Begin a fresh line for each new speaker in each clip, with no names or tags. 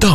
大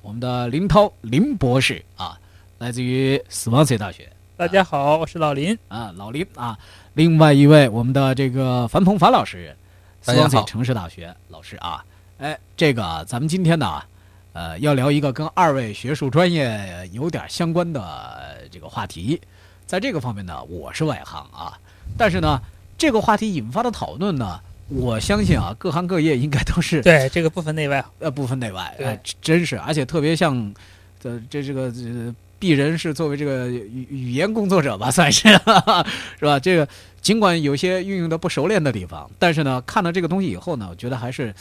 我们的林涛林博士啊，来自于 Swansea 大学
大家好，我是老林。
啊，老林啊。另外一位我们的这个樊鹏樊老师
大家好
，Swansea 城市大学老师啊。哎，这个啊咱们今天呢啊，呃，要聊一个跟二位学术专业有点相关的呃这个话题。在这个方面呢，我是外行啊，但是呢，这个话题引发的讨论呢，我相信啊，各行各业应该都是
对，这个不分内外。
呃不分内外，
对
呃，真真是，而且特别像，呃，这这个呃，鄙人是作为这个语语言工作者吧， 算是是吧？这个尽管有些运用的不熟练的地方，但是呢，看到这个东西以后呢，我觉得还是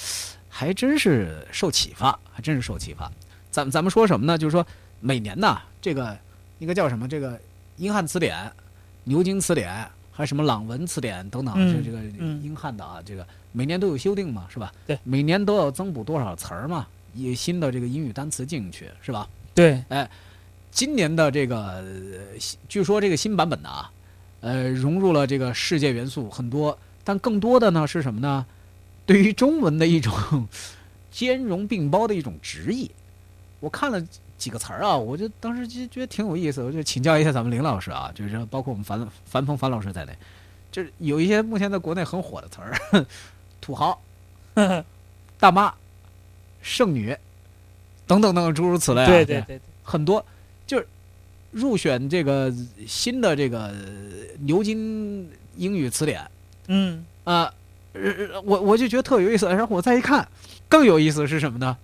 还真是受启发，还真是受启发。咱咱们说什么呢？就是说每年呐，这个应该叫什么？这个英汉词典、牛津词典，还有什么朗文词典等等，
嗯
这这个
嗯
英汉的啊，这个每年都有修订嘛，是吧？
对，
每年都要增补多少词儿嘛，也新的这个英语单词进去，是吧？
对，
今年的这个，呃新据说这个新版本呢、啊，呃，融入了这个世界元素很多，但更多的呢是什么呢？对于中文的一种 兼容并包的一种直译。我看了几个词儿啊，我就当时就觉得挺有意思，我就请教一下咱们林老师啊，就是包括我们樊樊鹏樊老师在内，就是有一些目前在国内很火的词儿， 土 豪、大妈、剩女等等等等诸如此类、啊。
对对对对，
很多，就是入选这个新的这个呃牛津英语词典
嗯，
啊、呃，我我就觉得特有意思。然后我再一看，更有意思是什么呢？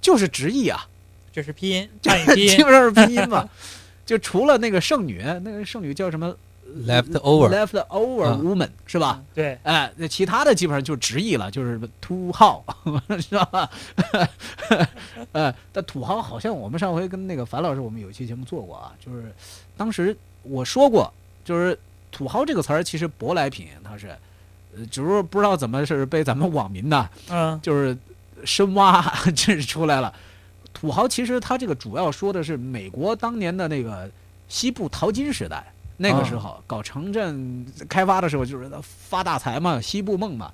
就是直译啊，
就是拼音，
就
汉语拼
基
音。
本上是拼音嘛。就除了那个剩女，那个剩女叫什么
Leftover
left over
啊
woman、是吧？
嗯对，
哎，那其他的基本上就直译了，就是土豪， 是吧？ 呃，但土豪好像我们上回跟那个樊老师，我们有一期节目做过啊，就是当时我说过，就是土豪这个词儿其实舶来品，它是，呃，只不过不知道怎么是被咱们网民呢，
嗯，
就是深挖， 这是出来了。土豪其实它这个主要说的是美国当年的那个西部淘金时代，那个时候搞城镇开发的时候，就是发大财嘛，西部梦嘛，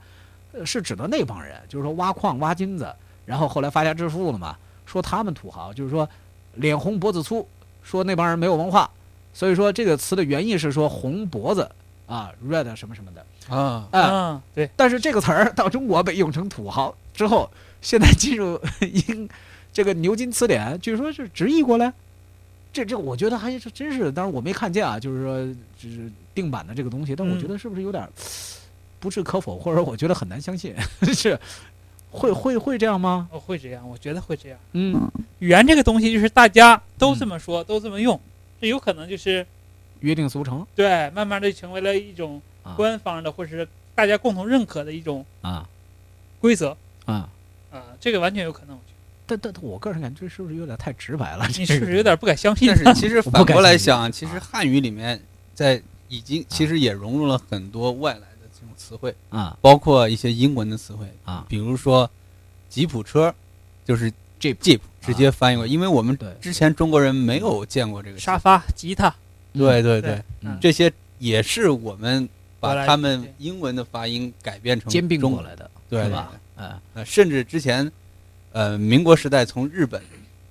呃是指的那帮人，就是说挖矿挖金子，然后后来发家致富了嘛。说他们土豪，就是说脸红脖子粗，说那帮人没有文化，所以说这个词的原意是说红脖子啊，red 什么什么的，
啊，
哎、
嗯，对，
但是这个词儿到中国被用成土豪之后，现在进入 英这个牛津词典，据说是直译过来。这这，我觉得还是真是，当然我没看见啊，就是说就是定版的这个东西，但我
嗯
觉得是不是有点儿不置可否，或者我觉得很难相信， 是会会会这样吗？
我哦会这样，我觉得会这样。
嗯，
语言这个东西就是大家都这么说，都这么用，这有可能就是
约定俗成
对，慢慢的成为了一种
啊
官方的，或者是大家共同认可的一种
啊
规则
啊！
啊、这个完全有可能。我觉得
但但我个人感觉这是不是有点太直白了？
你
这个
是不是有点不敢相信
但？是其实
不
反
敢
过来
相信
想，其实汉语里面在已经其实也融入了很多外来的这种词汇，
啊
包括一些英文的词汇，
啊
比如说吉普车，就是
Jeep
Jeep 直接翻译过来，因为我们
啊对
之前中国人没有见过这个词，
沙发、吉他，
对对
对
对，
嗯
这些也是我们
舶来
把
品
他们
对
英文的发音改变成
嗯兼并
中
过
文
来的，
对
是
对
吧
对？
啊
呃，甚至之前，呃，民国时代从日本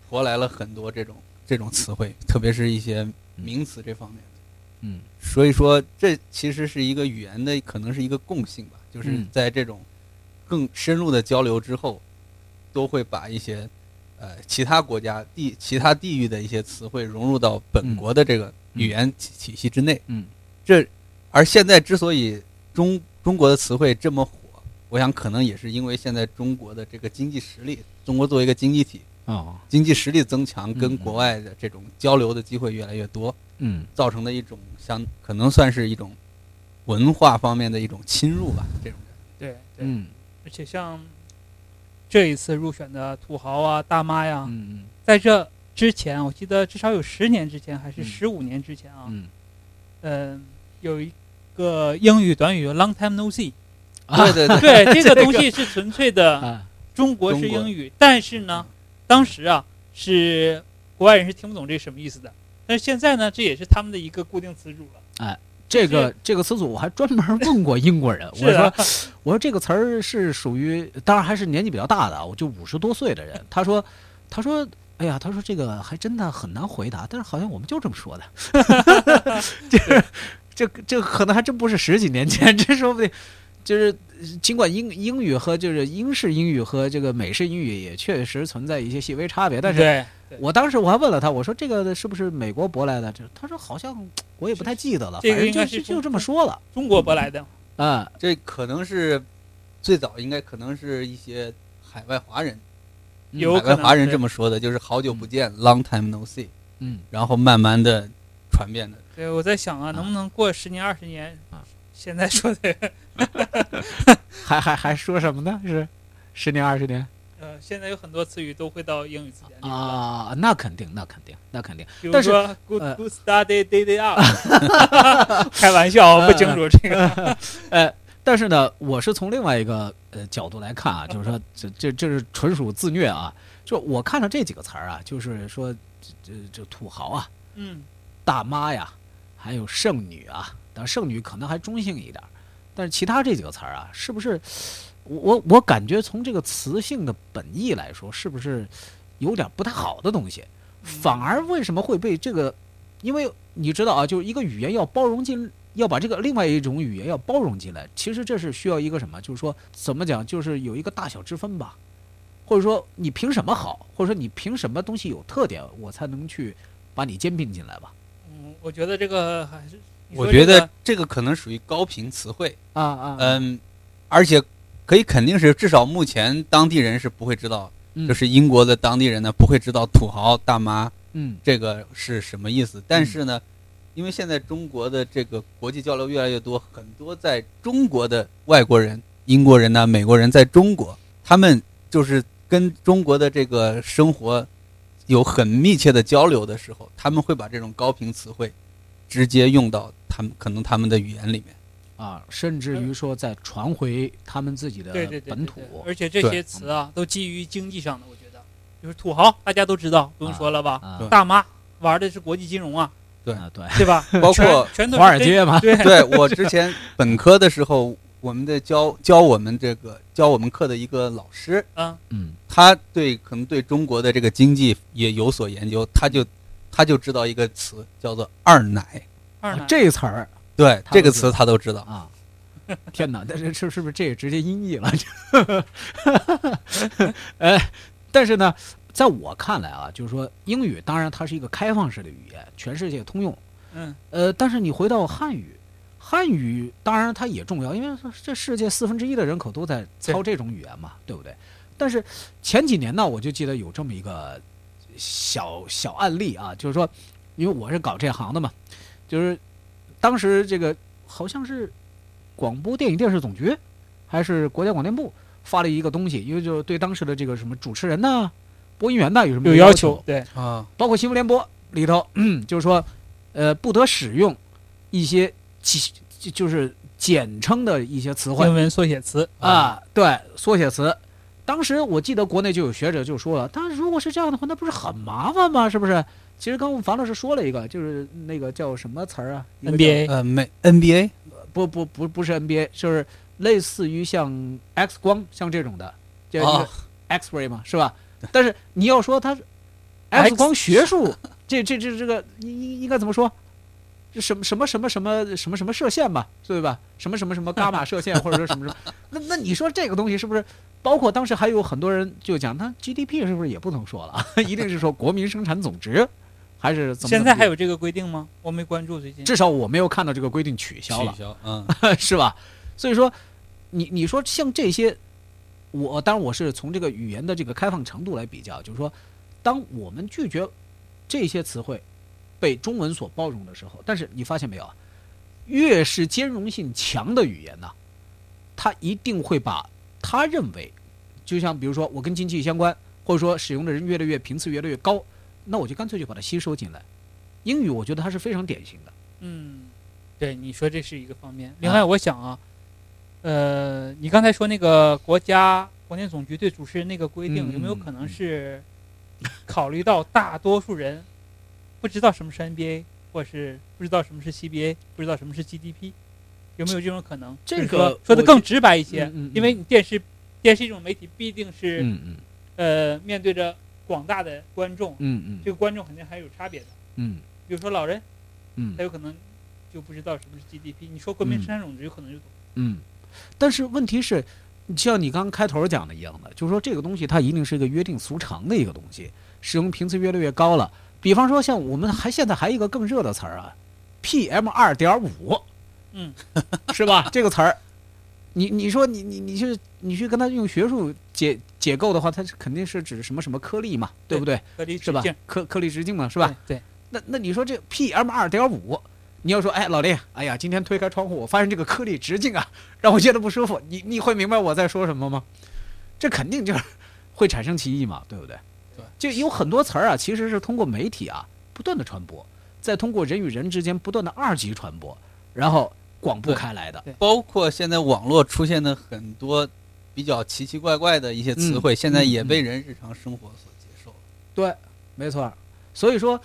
舶来了很多这种这种词汇，特别是一些名词这方面的。
嗯
所以说，这其实是一个语言的，可能是一个共性吧，就是
嗯
在这种更深入的交流之后，都会把一些呃其他国家地其他地域的一些词汇融入到本国的这个语言体体系之内。
嗯
这而现在之所以中中国的词汇这么火，我想可能也是因为现在中国的这个经济实力，中国作为一个经济体，
哦，
经济实力增强，
嗯
跟国外的这种交流的机会越来越多，
嗯
造成的一种相可能算是一种文化方面的一种侵入吧，这种
对对，
嗯
而且像这一次入选的土豪啊、大妈呀，
嗯
在这之前，我记得至少有十年之前还是
嗯
十五年之前啊，
嗯
嗯，有一个英语短语 “long time no see”，
啊
对对对，
对，这个东西是纯粹的
啊嗯
中国式
中国
英语，但是呢，当时啊是国外人是听不懂这是什么意思的，但是现在呢，这也是他们的一个固定词组了。
这个这个词组我还专门问过英国人，
是啊
我
的
说，我说这个词儿是属于，当然还是年纪比较大的，啊，我就五十多岁的人。他说，他说，哎呀，他说这个还真的很难回答，但是好像我们就这么说的， 就是这这可能还真不是十几年前， 这说不定就是。尽管英英语和就是英式英语和这个美式英语也确实存在一些细微差 别，但是
对
我当时我还问了他，我说这个是不是美国舶来的？这他说好像我也不太记得了，
这个
反正
应该
就是就
中
这么说了。
中国舶来的，
啊，
这可能是最早应该可能是一些海外华人，
嗯
有
海
可
外
能
华人
对嗯
这么说的，就是好久不见，long time no see，
嗯，
然后慢慢的传遍的。
对，我在想啊，能不能过十年二十年
啊，
现在说的，
还还还说什么呢？是十年二十年
呃，现在有很多词语都会到英语词典里了，
啊？那肯定，那肯定，那肯定。
比如
但是
说 good
呃
good study day day up，开 玩笑啊，不清楚这个，
呃，但是呢，我是从另外一个呃角度来看啊，就是 说这这这是纯属自虐啊。就我看了这几个词儿啊，就是说这这这土豪啊、
嗯，
大妈呀，还有剩女啊，但剩女可能还中性一点儿，但是其他这几个词儿啊，是不是我我我感觉从这个词性的本意来说，是不是有点不太好的东西？反而为什么会被这个？因为你知道啊，就是一个语言要包容进，要把这个另外一种语言要包容进来，其实这是需要一个什么？就是说怎么讲，就是有一个大小之分吧，或者说你凭什么好，或者说你凭什么东西有特点，我才能去把你兼并进来吧？
嗯，我觉得这个还是，你说
我觉
这
得
个
这个可能属于高频词汇，
啊啊，
嗯，而且可以肯定是，至少目前当地人是不会知道，
嗯
就是英国的当地人呢不会知道土豪大妈
嗯
这个是什么意思。但是呢，因为现在中国的这个国际交流越来越多，很多在中国的外国人、英国人呐、美国人在中国，他们就是跟中国的这个生活有很密切的交流的时候，他们会把这种高频词汇直接用到他们可能他们的语言里面。
啊，甚至于说再传回他们自己的
对对对，
本
对
土
对而且这
对
些词啊，都基于经济上的，我觉得，就是土豪，大家都知道，不用说了吧，
啊
对
大妈玩的是国际金融啊，
对
啊对，
对 吧？
包
全
括
全都是
华尔
黑，
街啊嘛，
对
对我之前本科的时候，我们的教教我们这个教我们课的一个老师，
啊，
嗯
他对可能对中国的这个经济也有所研究，他就他就知道一个词叫做“二奶
二奶，
这词儿”，
对
他都
这个
知道
词他都知道。
啊，天哪，但是是是不是这也直接音译了？ 哎，但是呢，在我看来啊，就是说英语当然它是一个开放式的语言，全世界通用。
嗯，
呃，但是你回到汉语，汉语当然它也重要，因为这世界四分之一的人口都在操这种语言嘛，对不对？但是前几年呢，我就记得有这么一个小小案例啊，就是说，因为我是搞这行的嘛，就是当时这个好像是广播电影电视总局还是国家广电部发了一个东西，因为就是对当时的这个什么主持人呐、播音员呐有什么
有
要
要求，对，
啊，
包括新闻联播里头，嗯就是说，呃，不得使用一些其就就是简称的一些词汇
英文缩写词，
啊，对，缩写词。当时我记得国内就有学者就说了，但如果是这样的话，那不是很麻烦吗？是不是？其实刚我们樊老师说了一个，就是那个叫什么词儿啊一个叫
NBA
呃，美 NBA
不不不不是 NBA，就是类似于像 X 光像这种的，叫一个
哦
X-ray 嘛，是吧？但是你要说它 X 光学术，这这这这个应应应该怎么说？这什么什么什么什么什么什么射线吧，对吧？什么什么什么伽马射线，或者说什么什么？ 那那你说这个东西是不是？包括当时 还有很多人就讲，那 GDP 是不是也不能说了？一定是说国民生产总值，还是怎么？
现在还，有这个规定吗？我没关注最近。
至少我没有看到这个规定取消了
取。消，嗯，
是吧？所以说，你你说像这些，我当然我是从这个语言的这个开放程度来比较，就是说，当我们拒绝这些词汇被中文所包容的时候，但是你发现没有啊，越是兼容性强的语言呢、它一定会把他认为，就像比如说我跟经济相关，或者说使用的人越来越频次越来越高，那我就干脆就把它吸收进来。英语我觉得它是非常典型的，
嗯，对，你说这是一个方面。另外，我想啊，呃，你刚才说那个国家广电总局对主持人那个规定，
嗯
有没有
嗯
可
嗯
能是考虑到大多数人不知道什么是 NBA，或是不知道什么是 CBA，不知道什么是 GDP，有没有这种可能？
这
就是
个
说说的
我
更直白一些，
嗯嗯嗯
因为你电视电视一种媒体必定是、
嗯嗯
呃面对着广大的观众，
嗯嗯
这个观众肯定还是有差别的。
嗯
比如说老人，
嗯
他有可能就不知道什么是 GDP，你说国
嗯
民生产总值，有可能就懂。
嗯。但是问题是，像你刚刚开头讲的一样的，就是说这个东西它一定是一个约定俗成的一个东西，使用频次越来越高了。比方说，像我们还现在还有一个更热的词儿啊，PM 二点五，
嗯，
是吧？这个词儿，你你说你你你去你去跟他用学术解解构的话，它是肯定是指什么什么颗粒嘛，对不对？
合理
是吧？颗颗粒直径嘛，是
是
吧？？
对，
那那你说这 PM 二点五，你要说哎老林，哎呀，今天推开窗户，我发现这个颗粒直径啊，让我觉得不舒服。你你会明白我在说什么吗？这肯定就是会产生歧义嘛，对不对？
对，
就有很多词儿啊，其实是通过媒体啊不断的传播，再通过人与人之间不断的二级传播，然后广布
对
开来的。
包括现在网络出现的很多比较奇奇怪怪的一些词汇，
嗯
现在也被人日常生活所接受了。
没错儿，所以说。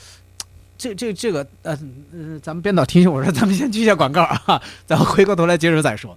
这这这个呃，呃咱们编导提醒我说，咱们先去一下广告啊， 咱们回过头来接着再说。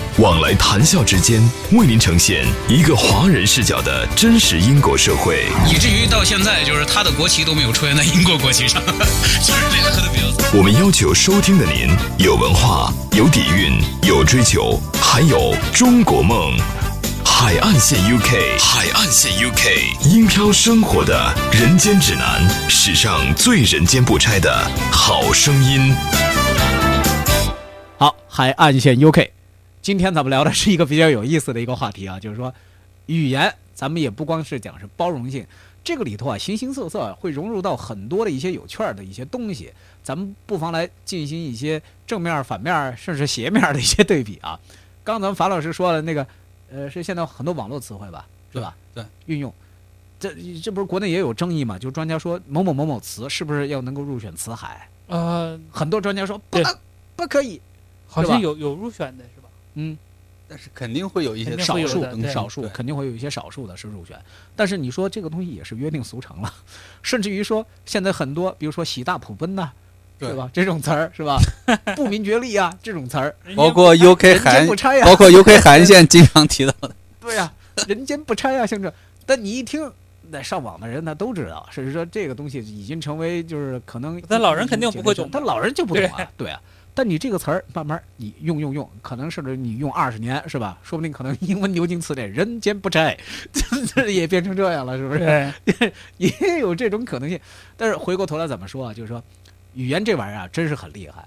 往来谈笑之间，为您呈现一个华人视角的真实英国社会。
以至于到现在就是她的国旗都没有出现在英国国旗上， 就是联合的比较早。
我们要求收听的您有文化、有底蕴、有追求，还有中国梦。海岸线 UK，海岸线 UK，音飘生活的人间指南，史上最人间不拆的好声音。
好，海岸线 UK，今天咱们聊的是一个比较有意思的一个话题啊，就是说语言，咱们也不光是讲是包容性，这个里头啊，形形色色啊会融入到很多的一些有趣儿的一些东西，咱们不妨来进行一些正面儿、反面儿，甚至斜面儿的一些对比啊。刚刚咱们樊老师说了那个，呃，是现在很多网络词汇吧，是吧？
对，
运用。这这不是国内也有争议嘛？就专家说某某某某词是不是要能够入选词海？
呃，
很多专家说不
对
能，不可以。
好
是吧
像有有入选的是吧？
嗯，
但是肯定会有一些
肯定
少
会有
数
的
等
对
少数
对
肯定会有一些少数的是入选，但是你说这个东西也是约定俗成了，甚至于说现在很多，比如说喜大普奔呐、
对
对吧？这种词儿是 吧？不明觉厉啊，这种词儿，
人家
包括 UK
人间
韩
不，拆呀、
包括 UK 韩线经常提到的，
对呀、人间不拆呀、性质。但你一听，那上网的人他都知道，甚至说这个东西已经成为就是可能。
但老人肯定不会懂
他老人就不懂啊，对啊。但你这个词儿慢慢你用用用，可能甚至你用二十年是吧？ 说不定可能英文牛津词典“人间不拆”， 这也变成这样了，是不是？
对，
也有这种可能性。但是回过头来怎么说啊？就是说，语言这玩意儿啊，真是很厉害，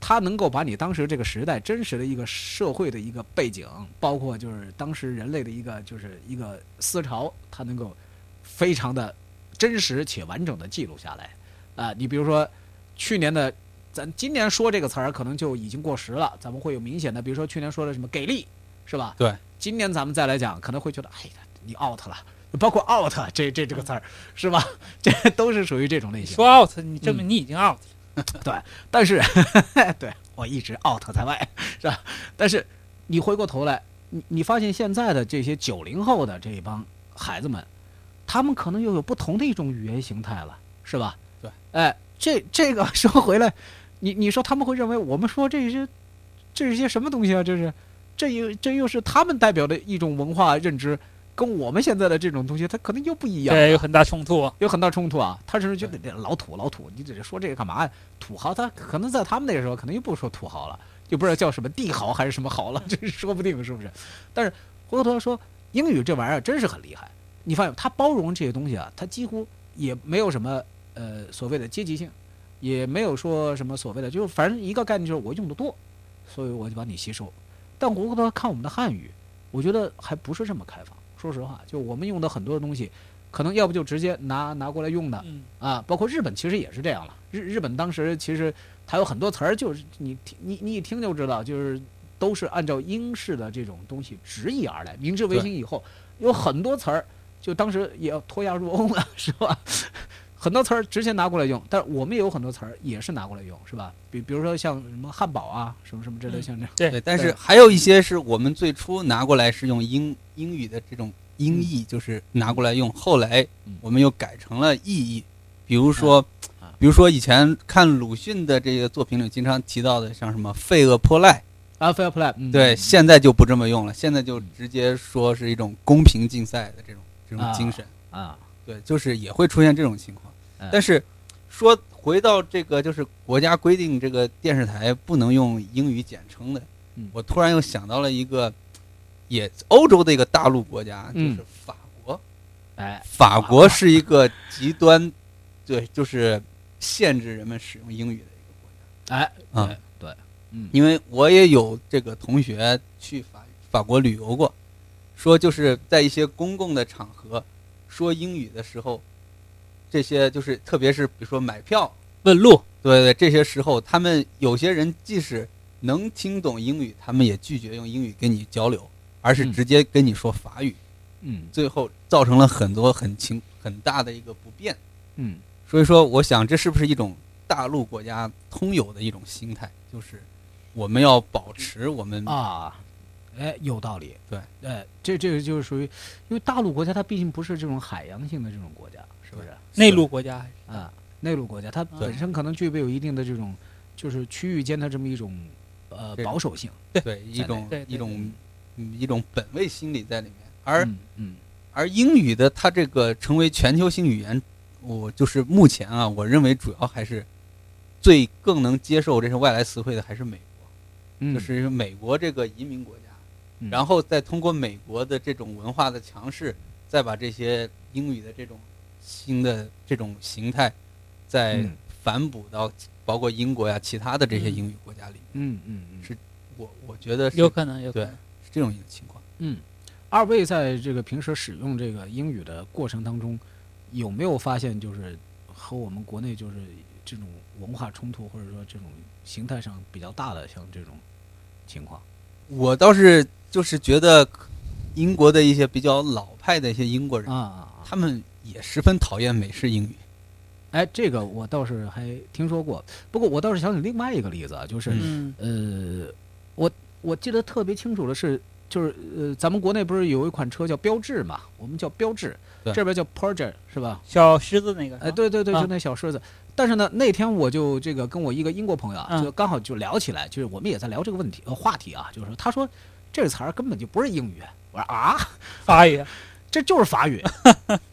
它能够把你当时这个时代真实的一个社会的一个背景，包括就是当时人类的一个就是一个思潮，它能够非常的真实且完整的记录下来。啊、你比如说去年的。咱今年说这个词儿可能就已经过时了，咱们会有明显的，比如说去年说的什么给力，是吧？
对。
今年咱们再来讲，可能会觉得，哎呀，你 out 了，包括 out 这这这个词儿，是吧？这都是属于这种类
你
型。
说 out，你
嗯
证明你已经 out 了。
但是，对我一直 out 在外，是吧？但是你回过头来，你你发现现在的这些九零后的这一帮孩子们，他们可能又有不同的一种语言形态了，是吧？
对，
哎，这这个 说回来，你你说他们会认为我们说这些这是些什么东西啊？这是这又这又是他们代表的一种文化认知，跟我们现在的这种东西，它可能又不一样。
对，有很大冲突啊。
有很大冲突啊。他甚至觉得这老土老土，你这说这个干嘛呀？土豪他可能在他们那个时候，可能又不说土豪了，就不知道叫什么帝豪还是什么豪了， 这是说不定是不是？但是回过头来说，英语这玩意儿真是很厉害。你发现它包容这些东西啊，它几乎也没有什么呃所谓的阶级性，也没有说什么所谓的，就是反正一个概念就是我用的多，所以我就把你吸收。但回过头来看我们的汉语，我觉得还不是这么开放。说实话，就我们用的很多的东西，可能要不就直接拿拿过来用的，
嗯，
啊，包括日本其实也是这样了。日日本当时其实它有很多词儿，就是你听你你一听就知道，就是都是按照英式的这种东西直译而来。明治维新以后，有很多词儿就当时也要脱亚入欧了， 是吧？很多词儿直接拿过来用，但我们也有很多词儿也是拿过来用，是吧？比比如说像什么汉堡啊，什么什么之类，
嗯
像这样。
对
对，但是还有一些是我们最初拿过来是用英英语的这种音译，就是拿过来用，后来
嗯
我们又改成了意译，比如说
啊啊，
比如说以前看鲁迅的这个作品里经常提到的，像什么废恶泼赖，
啊，fair play，嗯，
对，现在就不这么用了，现在就直接说是一种公平竞赛的这种这种精神，
啊，
对，就是也会出现这种情况
哎，
但是说回到这个，就是国家规定这个电视台不能用英语简称的
嗯，
我突然又想到了一个，也欧洲的一个大陆国家，就
嗯
是法国，
哎，
法国是一个极端，对，就是限制人们使用英语的一个国家。
哎，
啊
对对，嗯，
因为我也有这个同学去法法国旅游过，说就是在一些公共的场合说英语的时候，这些就是特别是比如说买票，
问路，
对对，这些时候他们有些人即使能听懂英语，他们也拒绝用英语跟你交流，而是
嗯
直接跟你说法语，
嗯
最后造成了很多很情很大的一个不便。
嗯，
所以说，我想这是不是一种大陆国家通有的一种心态，就是我们要保持我们
啊，哎，有道理。
嗯对，
哎，这这个就是属于，因为大陆国家它毕竟不是这种海洋性的这种国家，是不是？
内陆国家还是
啊，内陆国家它
对
本身可能具备有一定的这种，就是区域间的这么一种呃
这种
保守性。
对一种
对对
一种嗯一种本位心理在里面。而、
嗯嗯
而英语的它这个成为全球性语言，我就是目前啊，我认为主要还是最更能接受这些外来词汇的还是美国，
嗯，
就是美国这个移民国家，
嗯
然后再通过美国的这种文化的强势，再把这些英语的这种新的这种形态，再
嗯
反哺到包括英国呀、其他的这些英语国家里面。
嗯嗯嗯
是我我觉得是
有可能有可
对
能。
是这种一个情况。
嗯，二位在这个平时使用这个英语的过程当中，有没有发现就是和我们国内就是这种文化冲突或者说这种形态上比较大的像这种情况？
我倒是就是觉得英国的一些比较老派的一些英国人，
啊啊啊！
他们也十分讨厌美式英语。
哎，这个我倒是还听说过，不过我倒是想起另外一个例子啊，就是、
嗯，
呃，我我记得特别清楚的是，就是呃，咱们国内不是有一款车叫标致嘛，我们叫标致，
对
这边叫 Porter 是吧？
小狮子那个，
哎，，对对对，
啊
就那小狮子。但是呢，那天我就这个跟我一个英国朋友啊，
嗯
就刚好就聊起来，就是我们也在聊这个问题呃话题啊，就是说他说这个词儿根本就不是英语，我说啊，
法语，
这就是法 语，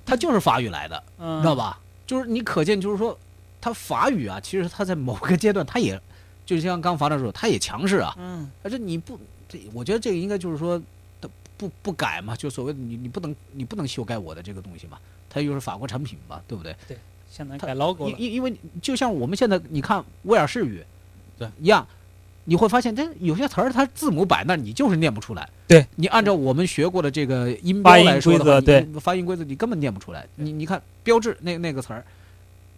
它就是法语来的。
嗯，
你知道？吧？就是你可见，就是说，他法语啊，其实他在某个阶段，他也就像刚发的时候，他也强势啊。
嗯，
但是你不，这我觉得这个应该就是说，他不不改嘛，就所谓的你你不能你不能修改我的这个东西嘛，它又是法国产品嘛，对不对？
相当于
他
改 logo
因
了，
因因为你就像我们现在你看威尔士语，
对
一样，你会发现这有些词儿它字母摆那儿，你就是念不出来。
对
你按照我们学过的这个音标
发音
来说的话，
规则对
你发音规则你根本念不出来。你你看标志那那个词儿，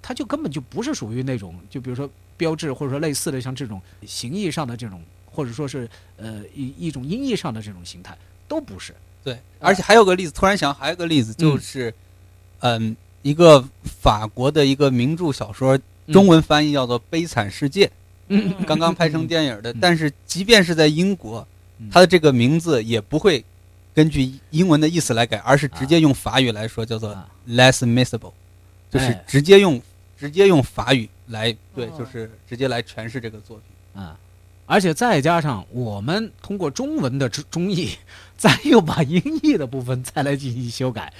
它就根本就不是属于那种，就比如说标志或者说类似的像这种形义上的这种，或者说是呃一一种音义上的这种形态，都不是。
对，而且还有个例子，突然想还有个例子，就是嗯一个法国的一个名著小说，中文翻译叫做《悲惨世界》，
嗯
刚刚拍成电影的。
嗯
但是即便是在英国，
嗯
它的这个名字也不会根据英文的意思来改，而是直接用法语来说，叫做
啊
less missable，就是
哎
直接用直接用法语来对，
哦
就是直接来诠释这个作品。
啊，而且再加上我们通过中文的中中译，再又把英译的部分再来进行修改，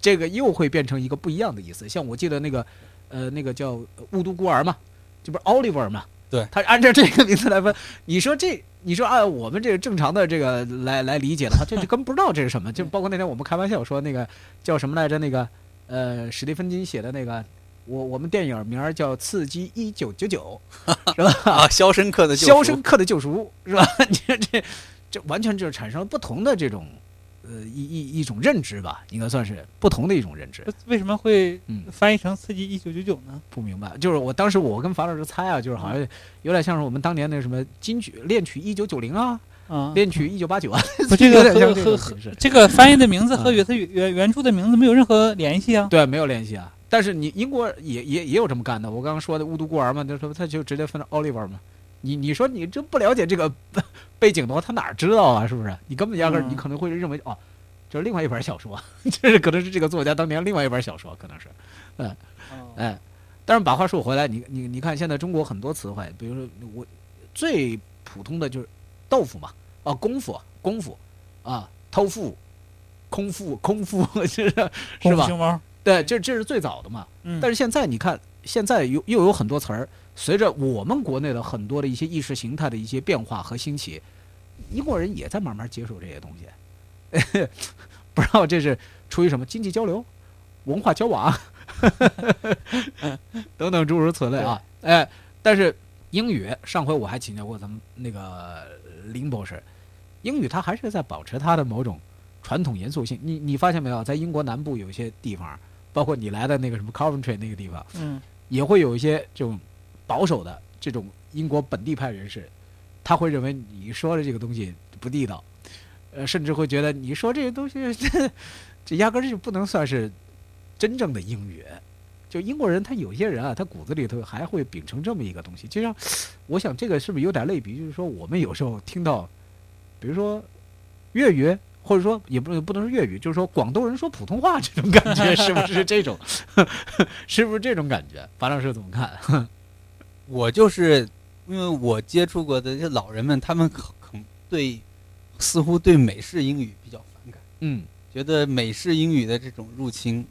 这个又会变成一个不一样的意思。像我记得那个，呃，那个叫《呃雾都孤儿》嘛，这不是 Oliver 嘛？
对
他按照这个名字来分，你说这，你说按我们这个正常的这个来来理解的话，这就根本不知道这是什么。就包括那天我们开玩笑说那个叫什么来着？那个呃，史蒂芬金写的那个，我我们电影名儿叫《刺激一九九九》，是吧？
啊，《肖申克的救赎
肖申克的救赎》是 吧？这这这完全就是产生了不同的这种呃一一一种认知吧，应该算是不同的一种认知。
为什么会
嗯
翻译成刺激一九九九呢？
不明白，就是我当时我跟樊老师猜啊，就是
嗯
好像有点像是我们当年那什么金曲恋曲一九九零啊，
啊，
恋曲一九八九啊，
不这个
有点像
和
这种
和
形式。
这个翻译的名字
啊
和原它原原著的名字没有任何联系啊。
对，没有联系啊。但是你英国也也也有这么干的，我刚刚说的巫毒孤儿嘛，他说他就直接分成 Oliver 嘛。你你说你这不了解这个 背景的话，他哪知道啊？是不是？你根本压根儿
嗯
你可能会认为、哦，这是另外一本小说， 这是可能是这个作家当年另外一本小说，可能是。
哦
哎，但是把话说回来，你你你看，现在中国很多词汇，比如说我最普通的就是豆腐嘛，啊，功夫，功夫，啊，偷富，空腹，空腹， 是是
功夫
吧？
熊猫，
对，这这是最早的嘛。
嗯，
但是现在你看，现在又又有很多词儿，随着我们国内的很多的一些意识形态的一些变化和兴起，英国人也在慢慢接受这些东西。 不知道这是出于什么经济交流、文化交往啊等等诸如此类啊。哎，但是英语上回我还请教过咱们那个林博士，英语它还是在保持它的某种传统严肃性。你你发现没有，在英国南部有一些地方，包括你来的那个什么 Coventry 那个地方，
嗯，
也会有一些这种保守的这种英国本地派人士，他会认为你说的这个东西不地道，呃，甚至会觉得你说这些东西， 这这压根儿就不能算是真正的英语。就英国人，他有些人啊，他骨子里头还会秉承这么一个东西。就像，我想这个是不是有点类比？就是说，我们有时候听到，比如说粤语，或者说也不不能说粤语，就是说广东人说普通话这种感觉，是不是这种？是不是这种感觉？樊老师怎么看？
我就是因为我接触过的这些老人们，他们可可对似乎对美式英语比较反感，
嗯
觉得美式英语的这种入侵，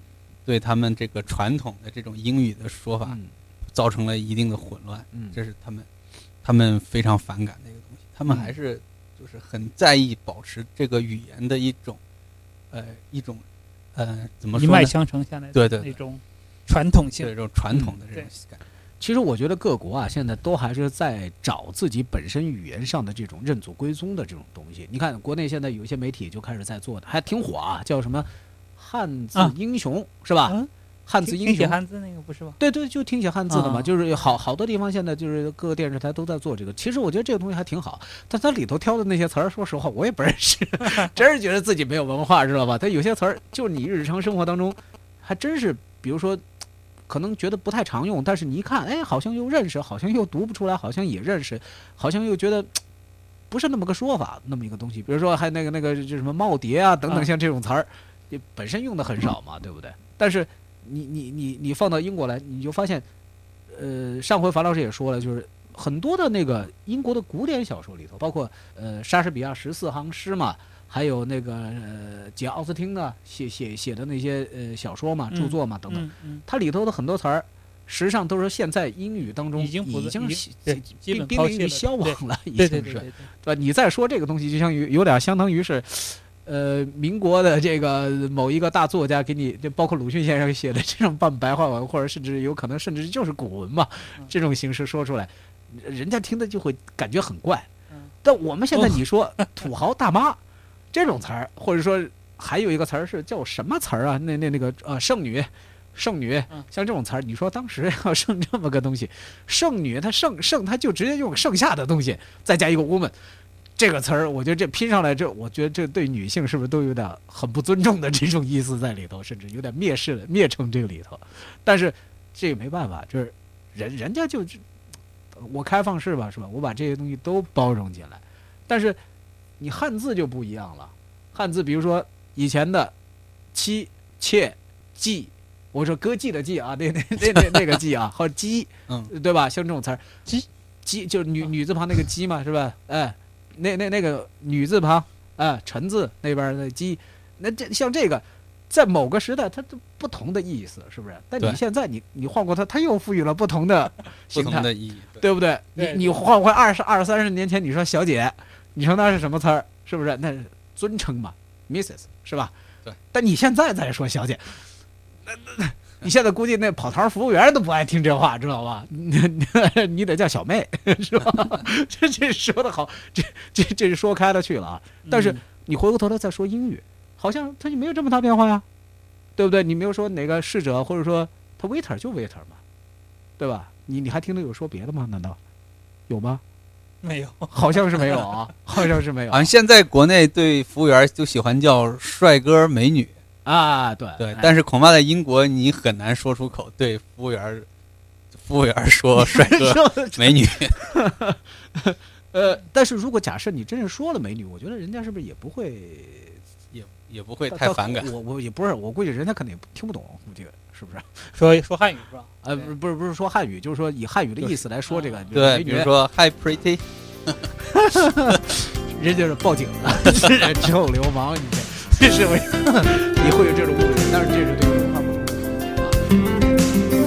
对他们这个传统的这种英语的说法
嗯
造成了一定的混乱，
嗯，
这是他们他们非常反感的一个东西。他们
嗯
还是就是很在意保持这个语言的一种呃一种呃怎么
一
说
脉
呢？
相承下来的
对对对
那种传统
这
嗯
性。
种传统的这种
嗯
感觉。
其实我觉得各国啊，现在都还是在找自己本身语言上的这种认祖归宗的这种东西。你看，国内现在有一些媒体就开始在做的，还挺火啊，叫什么“汉字
啊
英雄”是吧？
嗯
汉字英
听写
雄，
汉字那个不是吧？
对对，就听写汉字的嘛，
啊
就是好好多地方现在就是各个电视台都在做这个。其实我觉得这个东西还挺好，但它里头挑的那些词儿，说实话我也不认识，真是觉得自己没有文化，知道吧？它有些词儿就是你日常生活当中还真是，比如说可能觉得不太常用，但是你一看，哎，好像又认识，好像又读不出来，好像也认识，好像又觉得。不是那么个说法，那么一个东西，比如说还那个那个就什么耄耋啊等等，
啊
像这种词儿，也本身用的很少嘛，对不对？但是你你你你放到英国来，你就发现，呃，上回樊老师也说了，就是很多的那个英国的古典小说里头，包括呃莎士比亚十四行诗嘛，还有那个呃简奥斯汀啊写写写的那些呃小说嘛、
嗯
著作嘛等等，
嗯嗯，
它里头的很多词儿，实际上都是现在英语当中
已经不
已经
已经
是
对
已
基本
濒
抛
临于
弃了
消
对
亡了，啊已经
对
是
对对对对，
对吧？你再说这个东西，就相当于有点相当于是，呃，民国的这个某一个大作家给你，就包括鲁迅先生写的这种半白话文，或者甚至有可能甚至就是古文嘛
嗯，
这种形式说出来，人家听的就会感觉很怪
嗯。
但我们现在你 说土豪大妈这种词儿，或者说还有一个词儿是叫什么词儿啊？那那那个呃，剩女。剩女
嗯，
像这种词儿，你说当时要剩这么个东西，剩女，她剩剩，她就直接用剩下的东西，再加一个 woman，这个词儿，我觉得这拼上来，这我觉得这对女性是不是都有点很不尊重的这种意思在里头，甚至有点蔑视、蔑称这个里头。但是这也没办法，就是人人家就是我开放式吧，是吧？我把这些东西都包容进来，但是你汉字就不一样了。汉字比如说以前的“妻”“妾”“妓”，我说歌妓的妓啊，那那那那那个妓啊，或者鸡，
嗯，
对吧？像这种词儿，
鸡
鸡就是女女字旁那个鸡嘛，是吧？哎，那那那个女字旁，哎，臣字那边的鸡，那这像这个，在某个时代它都不同的意思，是不是？但你
对
现在你你换过它，它又赋予了不同的
不
形态
同，的意义。对
对不对？
对
你你换回二十二三十年前，你说小姐，你说那是什么词儿？是不是？那是尊称嘛，Mrs. 是吧？
对。
但你现在再说小姐，那那那，你现在估计那跑堂服务员都不爱听这话，知道吧？ 你你得叫小妹，是吧？ 这这说的好，这这这是说开了去了啊！但是
嗯
你回过头来再说英语，好像它就没有这么大变化呀，对不对？你没有说哪个侍者，或者说他 waiter 就 waiter 嘛，对吧？你你还听他有说别的吗？难道有吗？
没有，
好像是没有 啊，好像是没有
好像现在国内对服务员就喜欢叫帅哥美女，
啊。对
对
哎，
但是恐怕在英国你很难说出口对服务员，服务员说帅哥
说
美女，
呃，但是如果假设你真是说了美女，我觉得人家是不是也不会
也也不会太反感。
我我也不 是，我估计人家肯定也听不懂，估计是不是？
说说汉语是吧？
哎
呃，不
对
是不是不是说汉语，就是说以汉语的意思来说这个
啊对，
美
比
女
如，说 Hi pretty，
人 家就是报警了，臭流氓，你这是不是？ 你会有这种误解，但是这是对文化不同的理解啊。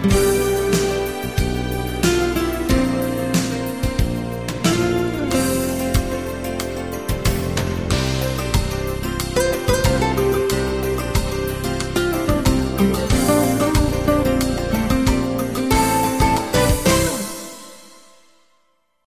thank you